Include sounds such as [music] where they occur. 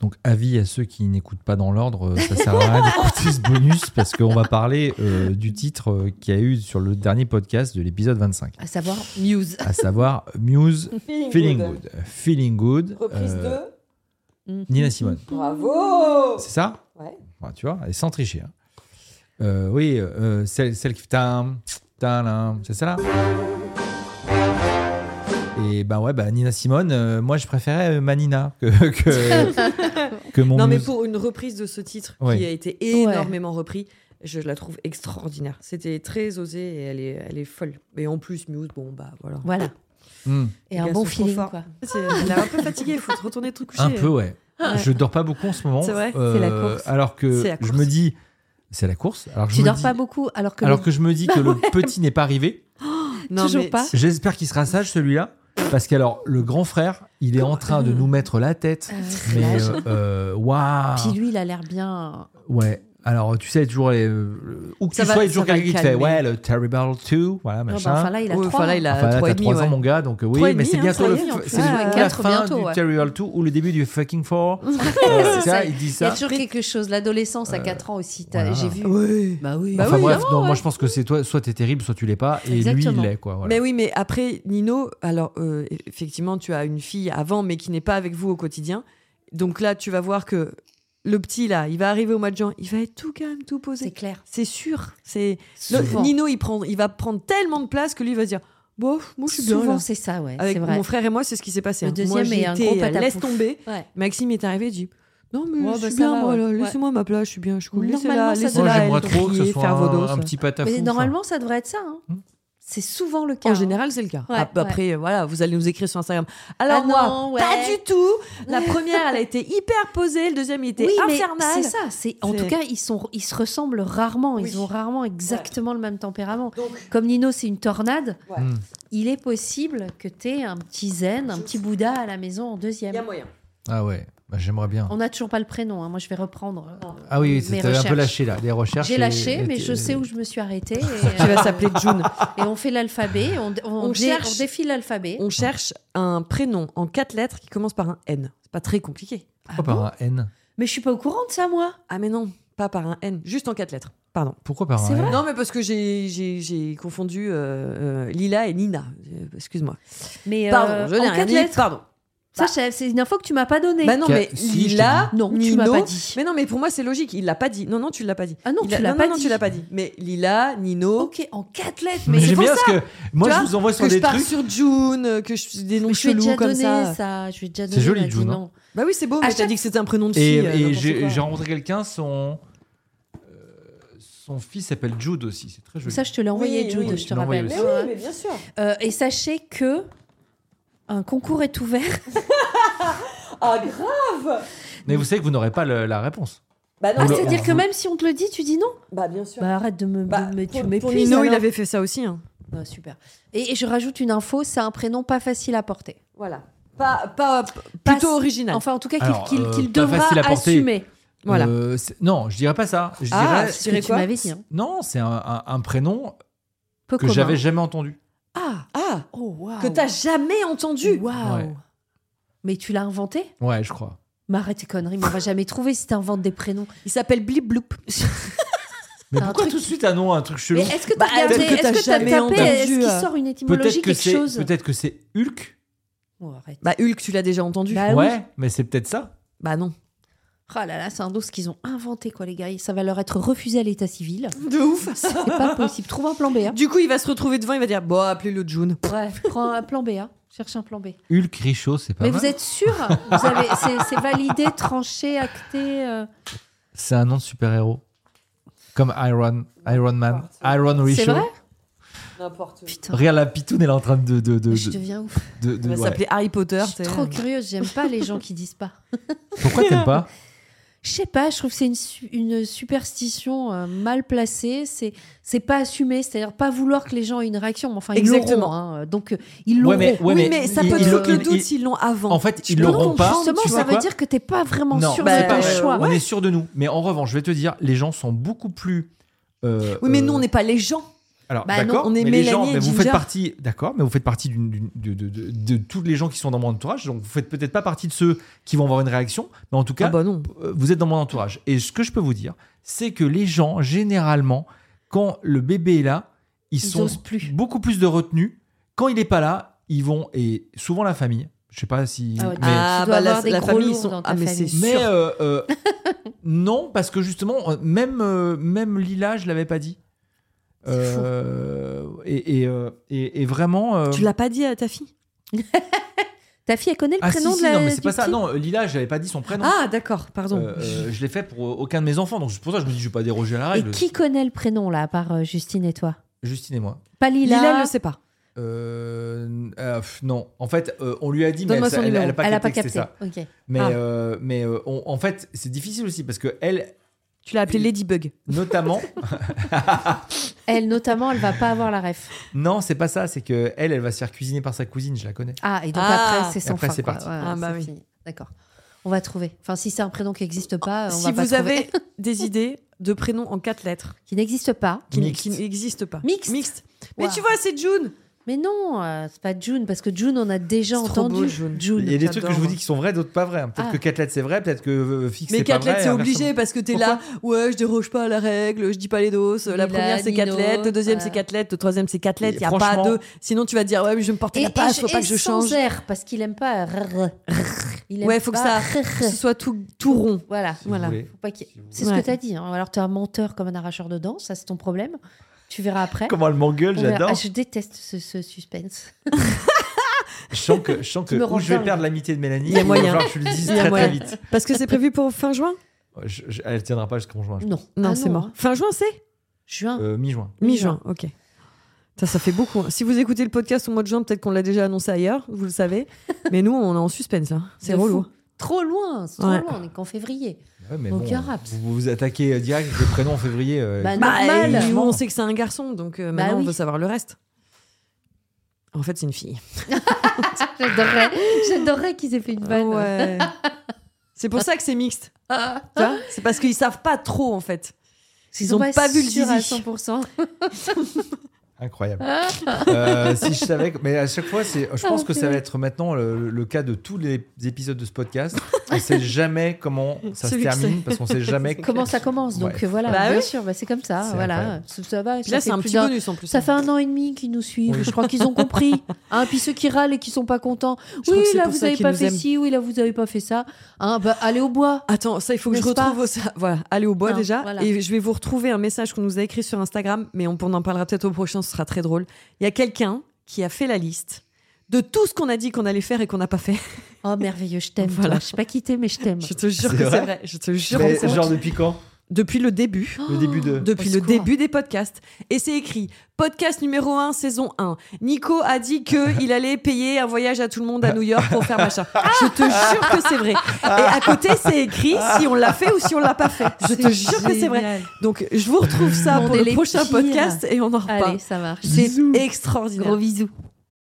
Donc avis à ceux qui n'écoutent pas dans l'ordre, euh, ça sert à rien d'écouter ce bonus parce qu'on va parler euh, du titre euh, qu'il y a eu sur le dernier podcast de l'épisode 25, À savoir Muse. à savoir Muse [laughs] Feeling, Feeling good. Good. Feeling Good. Reprise euh, 2. Nina Simone. Bravo C'est ça Ouais. Ouais, Tu vois, et sans tricher. hein. Euh, oui, euh, celle, celle qui fait tam, tam, c'est ça là et ben ouais, bah Nina Simone, euh, moi je préférais euh, Manina que, que, [laughs] que mon Non, mais Muse. pour une reprise de ce titre Ouais. qui a été Ouais. énormément repris, je la trouve extraordinaire. C'était très osé et elle est, elle est folle. Et en plus, Muse, bon, bah voilà. Voilà. Hmm. Et Les un gars bon sont trop feeling, forts. quoi. C'est- Elle est un peu fatiguée, il faut retourner te coucher. Un peu, ouais. Ouais. Je dors pas beaucoup en ce moment. Ah. euh, C'est vrai, c'est la course. Alors que C'est la je course. me dis, c'est la course. Alors je Tu me dors dis- pas beaucoup alors que. Alors le- que je me Bah dis que le petit n'est pas arrivé. Non, Toujours mais pas. c'est- J'espère qu'il sera sage celui-là, parce qu'alors le grand frère, il est en train de nous mettre la tête. Mmh. Ah, c'est Mais l'âge. euh, euh, Ah. waouh. Puis lui, il a l'air bien. Ouais. Alors, tu sais, toujours les. euh, Où que Ça tu va- sois, il y a ça toujours va le quelqu'un qui te fait calmer. Ouais, le Terrible 2, voilà, Ah bah, machin. enfin là, il a trois. Ouais, enfin, là, il a Enfin, là, 3,5. t'as 3 ans, ouais. mon gars, donc euh, oui, Trois et mais demi, c'est hein, bientôt ça le y est, en f- plus. c'est Ouais, la quatre fin bientôt, du ouais. Terrible 2 ou le début du Fucking [laughs] 4. C'est ça. il dit Il y a ça. toujours quelque chose. L'adolescence Euh, à 4 ans aussi. t'as- voilà. J'ai vu. Ouais. Bah oui. Enfin oui, bref, non, moi je pense que c'est toi, soit t'es terrible, soit tu l'es pas, et lui Exactement. il l'est quoi. voilà. Mais oui, mais après, Nino, alors euh, effectivement, tu as une fille avant, mais qui n'est pas avec vous au quotidien. Donc là, tu vas voir que le petit, là, il va arriver au mois de juin, il va être tout calme, tout C'est posé. clair. C'est sûr. C'est Le- Souvent. Nino, il, prend, il va prendre tellement de place que lui il va se dire Bof, moi je suis bien. Souvent, là. c'est ça, ouais. Avec C'est vrai. mon frère et moi, c'est ce qui s'est passé. Le hein. moi, deuxième est j'ai un été, gros euh, patapouf. laisse tomber. Ouais. Maxime est arrivé, il dit Non, mais Ouais, je bah, suis ça bien, va, voilà, ouais. laissez-moi ma place, je suis bien, je suis cool. Normalement, Laissez-la, ça Moi là, j'aimerais laissez-la, elle trop que ce crier, soit faire vos un, doses. un petit patafou. Mais ça. normalement, ça devrait être ça. hein. Hmm. C'est souvent le cas. En hein. général, c'est le cas. Ouais, Ap- Après, euh, voilà, vous allez nous écrire sur Instagram. Alors, Ah moi, non, pas ouais. du [laughs] tout. La première, elle a été hyper posée. Le deuxième, il était Oui, mais infernal. c'est ça. C'est en C'est- tout cas, ils sont, ils se ressemblent rarement. Ils Oui. ont rarement exactement le même tempérament. Donc- Comme Nino, c'est une tornade. Ouais. Hmm. Mm. Il est possible que t'aies un petit zen, un petit Bouddha à la maison en Il y a deuxième. moyen. Ah ouais, bah, j'aimerais bien. On n'a toujours pas le prénom. hein. Moi, je vais reprendre. euh, Ah oui, mes c'était un peu recherches. lâché là, les recherches. J'ai et- lâché, et- mais je sais où je me suis [laughs] arrêtée. Et, Tu [laughs] euh, vas s'appeler June. et on fait l'alphabet. On, on, On dé- cherche. on défile l'alphabet. On cherche un prénom en quatre lettres qui commence par un N. C'est pas très compliqué. Ah Pourquoi bon par un N mais je suis pas au courant de ça, moi. Ah, mais non, pas par un N, juste en quatre lettres. Pardon. Pourquoi par un N Non, mais parce que j'ai- j'ai j'ai confondu euh, euh, Lila et Nina. Euh, Excuse-moi. Mais euh, Pardon, je n'ai en rien quatre dit. lettres. Pardon. Ça, je- c'est une info que tu m'as pas donnée. Bah non, Quel- mais Si, je t'ai Lila, dit. Non, tu Nino- m'as pas dit. Mais non, mais pour moi, c'est logique. Il l'a pas dit. Non, non, tu l'as pas dit. Ah non, Il tu a- l'as non, pas non, dit. tu l'as pas dit. Mais Lila, Nino. Ok, en quatre lettres. Mais Mais, c'est j'aime pour bien ça. parce que moi Tu je vois, vous envoie sur que je des pars trucs. sur June, que je des noms Mais je lui ai chelous déjà comme donné ça. ça. Je lui ai déjà C'est donné. joli, elle a dit June, hein. non. Bah oui, c'est beau, À mais t'as chaque- dit que c'était un prénom Et, de fille. euh, et n'importe j'ai quoi. j'ai rencontré quelqu'un, son. euh, Son fils s'appelle Jude aussi, c'est très joli. Ça, je te l'ai envoyé, Oui, Jude, oui, je je te l'ai envoyé rappelle. aussi. Mais oui, mais bien sûr. Euh, et sachez que un concours est ouvert. Ah, grave Mais vous savez que vous n'aurez pas le- la réponse. Bah Ah, Oula. c'est- c'est-à-dire que même si on te le dit, tu dis non Bah, bien sûr. Bah arrête de me, Bah, de me- tu pour- pour m'épuises. Nino, il alors. avait fait ça aussi. hein. Ah, super. Et, et je rajoute une info, c'est un prénom pas facile à porter. Voilà. Pas, pas, Pas- plutôt original. Enfin, en tout cas, qu'il- Alors, qu'il euh, qu'il pas devra facile à porter. assumer. voilà. Euh, c'est- non, je dirais pas ça. Je Ah, dirais. tu Ce que dirais tu quoi m'avais dit. hein. Non, c'est un, un- un prénom Peu que commun. j'avais jamais entendu. Ah ah, Oh, waouh que t'as jamais entendu. Waouh Ouais. Mais tu l'as inventé Ouais, je crois. Mais arrête tes [laughs] conneries, mais on va jamais trouver si t'inventes des prénoms. Il s'appelle Blip Bloop. Mais T'as un pourquoi truc- tout de suite un nom, à un truc Mais chelou est-ce que t'as Bah, regardé peut-être que Est-ce t'as que t'as jamais tapé Est-ce entendu, qu'il euh, sort une étymologie, Peut-être que quelque c'est chose peut-être que c'est Hulk. Oh, arrête. [laughs] Bah Hulk, tu l'as déjà entendu. Bah Ah oui. ouais, mais c'est peut-être ça. Bah non. Oh là là, c'est un dos qu'ils ont inventé, quoi, les gars. Ça va leur être refusé à l'état civil. De ouf. C'est pas possible. Trouve un plan B. hein. Du coup, il va se retrouver devant, il va dire Bon, appelez-le June. Ouais, prends un plan B. hein. Cherche un plan B. Hulk Richaud, c'est pas Mais mal. vous êtes sûr Vous avez- c'est, c'est validé, tranché, acté euh, C'est un nom de super-héros. Comme Iron, Iron Man, Iron C'est Richaud. vrai N'importe Putain, Regarde la pitoune, elle est en train de. de, de, je de- euh. deviens ouf. de- de- Il va ouais. s'appeler Harry Potter. Je suis t'sais. trop curieuse, j'aime pas les gens qui disent pas. Pourquoi t'aimes [laughs] pas Je sais pas, je trouve que c'est une, su- une superstition euh, mal placée. C'est c'est pas assumé, c'est-à-dire pas vouloir que les gens aient une réaction. Mais enfin, ils Exactement. l'auront. hein, donc euh, ils l'auront. Ouais, mais- ouais, oui, mais, mais ça il- peut il- foutre le il- doute il- s'ils l'ont avant. En fait, ils Non, l'auront pas. Justement, Tu ça sais quoi veut dire que t'es pas vraiment Non, sûr bah, de ton ouais, choix. on est sûr de nous. Mais en revanche, je vais te dire, les gens sont beaucoup plus. euh, Oui, mais nous, euh, on n'est pas les gens. Alors, Bah non, d'accord, on est mais les gens, Mélanie et mais vous Ginger. faites partie, d'accord, mais vous faites partie d'une, d'une- de, de- de- de tous les gens qui sont dans mon entourage, donc vous faites peut-être pas partie de ceux qui vont avoir une réaction, mais en tout cas, Ah bah non. euh, vous êtes dans mon entourage. Et ce que je peux vous dire, c'est que les gens, généralement, quand le bébé est là, ils, Ils sont osent plus. beaucoup plus de retenue. Quand il n'est pas là, ils vont, et souvent la famille, je sais pas si... Ah ouais, mais- tu dois avoir des gros lourds dans ta Ah, mais c'est famille. mais sûr. [laughs] euh, euh, non, parce que justement, euh, même, euh, même Lila, je l'avais pas dit. C'est Euh, et, et, euh, et- et vraiment. euh, Tu l'as pas dit à ta fille Ta fille, elle connaît le ah, si, prénom si, de la. non, mais du c'est pas ça. petit Non, euh, Lila, j'avais pas dit son prénom. Ah, d'accord, pardon. Euh, euh, je l'ai fait pour aucun de mes enfants, donc c'est pour ça que je me dis, je vais pas déroger à la Et règle. qui connaît le prénom là, à part euh, Justine et toi Justine et moi. Pas Lila. Lila, elle le sait pas. Euh, euh, pff, non, en fait, euh, on lui a dit, mais Donne-moi elle, son elle- elle a numéro. pas elle a pas capté que capté. c'était ça. Ok. Mais, Ah. euh, mais euh, on- en fait, c'est difficile aussi parce que elle, Tu l'as appelée Ladybug. [laughs] notamment, Elle notamment, elle va pas avoir la ref. non, c'est pas ça. C'est que elle, elle va se faire cuisiner par sa cousine. Je la connais. Ah et donc Ah. après c'est sans Après, fin, c'est quoi. parti. Ouais, Ah, c'est bah oui. fini. D'accord. On va trouver. Enfin, si c'est un prénom qui n'existe pas, on si va pas vous trouver. [laughs] avez des idées de prénoms en quatre lettres qui n'existe pas. qui n- Mixte. qui n'existent pas. Mixte. Mais Wow. tu vois, c'est June. Mais non, euh, c'est pas June, parce que June, on a déjà C'est trop entendu. beau, June. Il y a des J'adore. trucs que je vous dis qui sont vrais, d'autres pas vrais. hein. Peut-être Ah. que 4 lettres c'est vrai, peut-être que euh, fixe Mais c'est pas quatre vrai. lettres, c'est inversement. obligé parce que t'es là. Ouais, je déroge pas à la règle, je dis pas les doses. La Lila, première, c'est quatre Nino, lettres. Le deuxième, euh. c'est quatre lettres. Le troisième, c'est quatre lettres. Et Il y a pas franchement- deux. Sinon, tu vas dire, ouais, mais je vais me porter la page, je- faut pas que je sans change. R, parce qu'il aime pas. rrr, rrr. Il aime Ouais, faut que pas ça que rrr. ce soit tout, tout rond. Voilà, Si vous voilà. voulez. Faut pas qu'il- Si vous C'est voulez. ce que t'as dit. hein. Alors, t'es un menteur comme un arracheur de dents, ça c'est ton problème. Tu verras après. Comment elle m'engueule, On verra. j'adore. Ah, je déteste ce, ce suspense. Je sens que, je sens que Tu me ou rends je vais dingue. perdre l'amitié de Mélanie. Il y a ou moyen. alors je le dis Il y a très très moyen. vite. Parce que c'est prévu pour fin juin Je- je- elle tiendra pas jusqu'en juin. je Non. Non, Ah c'est mort. hein. Fin juin, c'est Juin. pense. Euh, Mi-juin. Mi-juin, ok. Ça, ça fait beaucoup. hein. Si vous écoutez le podcast au mois de juin, peut-être qu'on l'a déjà annoncé ailleurs, vous [laughs] le savez. Mais nous, on est en suspense. hein. C'est De relou. fou. Trop loin, c'est trop Ouais. loin, on est qu'en février. [laughs] Ouais, mais Au bon, Carap. vous- vous vous attaquez euh, direct le prénom en février. euh, Bah, Bah, Normal. et nous, on sait que c'est un garçon, donc euh, Bah maintenant, on oui. veut savoir le reste. En fait, c'est une fille. J'adorerais, j'adorerais qu'ils aient fait une vanne. Ouais. euh, [laughs] c'est pour ça que c'est mixte. Ah. tu vois C'est parce qu'ils savent pas trop, en fait. Ils sont ont pas vu le sûrs à zizi. 100%. Incroyable. Euh, si je savais, que- mais à chaque fois, c'est. Je pense Ah, que ça va purée. être maintenant le, le cas de tous les épisodes de ce podcast. On sait jamais comment ça se Celui que termine c'est. parce qu'on sait jamais Comment ça commence Donc Ouais. euh, voilà, Bah bien oui. sûr, bah, c'est comme ça. C'est Voilà, incroyable. ça, ça va. Puis ça là, c'est fait un plus petit d'un- bonus en plus. Ça fait un an et demi qu'ils nous suivent. Oui. Je crois qu'ils ont [laughs] compris. Hein, puis ceux qui râlent et qui sont pas contents. Je oui, crois que c'est là pour vous ça avez qu'ils pas nous fait aiment. ci, oui là vous avez pas fait ça. Hein, bah, allez au bois. Attends, ça, il faut que je N'est-ce pas retrouve ça. Voilà, allez au bois Non, déjà. voilà. Et je vais vous retrouver un message qu'on nous a écrit sur Instagram, mais on, on en parlera peut-être au prochain, ce sera très drôle. Il y a quelqu'un qui a fait la liste de tout ce qu'on a dit qu'on allait faire et qu'on n'a pas fait. [laughs] Oh merveilleux, je t'aime. Voilà. toi. Je suis pas quittée, mais je t'aime. Je te jure C'est que c'est vrai vrai. Je te jure. que Mais c'est vrai. genre depuis quand Depuis le début. Le début de. Depuis au le secours. début des podcasts. Et c'est écrit podcast numéro 1, saison 1. Nico a dit qu'il allait payer un voyage à tout le monde à New York pour faire machin. Je te jure que c'est vrai. Et à côté, c'est écrit si on l'a fait ou si on l'a pas fait. Je te C'est jure que c'est vrai. génial. Donc, je vous retrouve ça Mon pour le délai prochain pire. podcast et on en reparle. Allez, ça marche. C'est Bisous. extraordinaire. Gros bisous.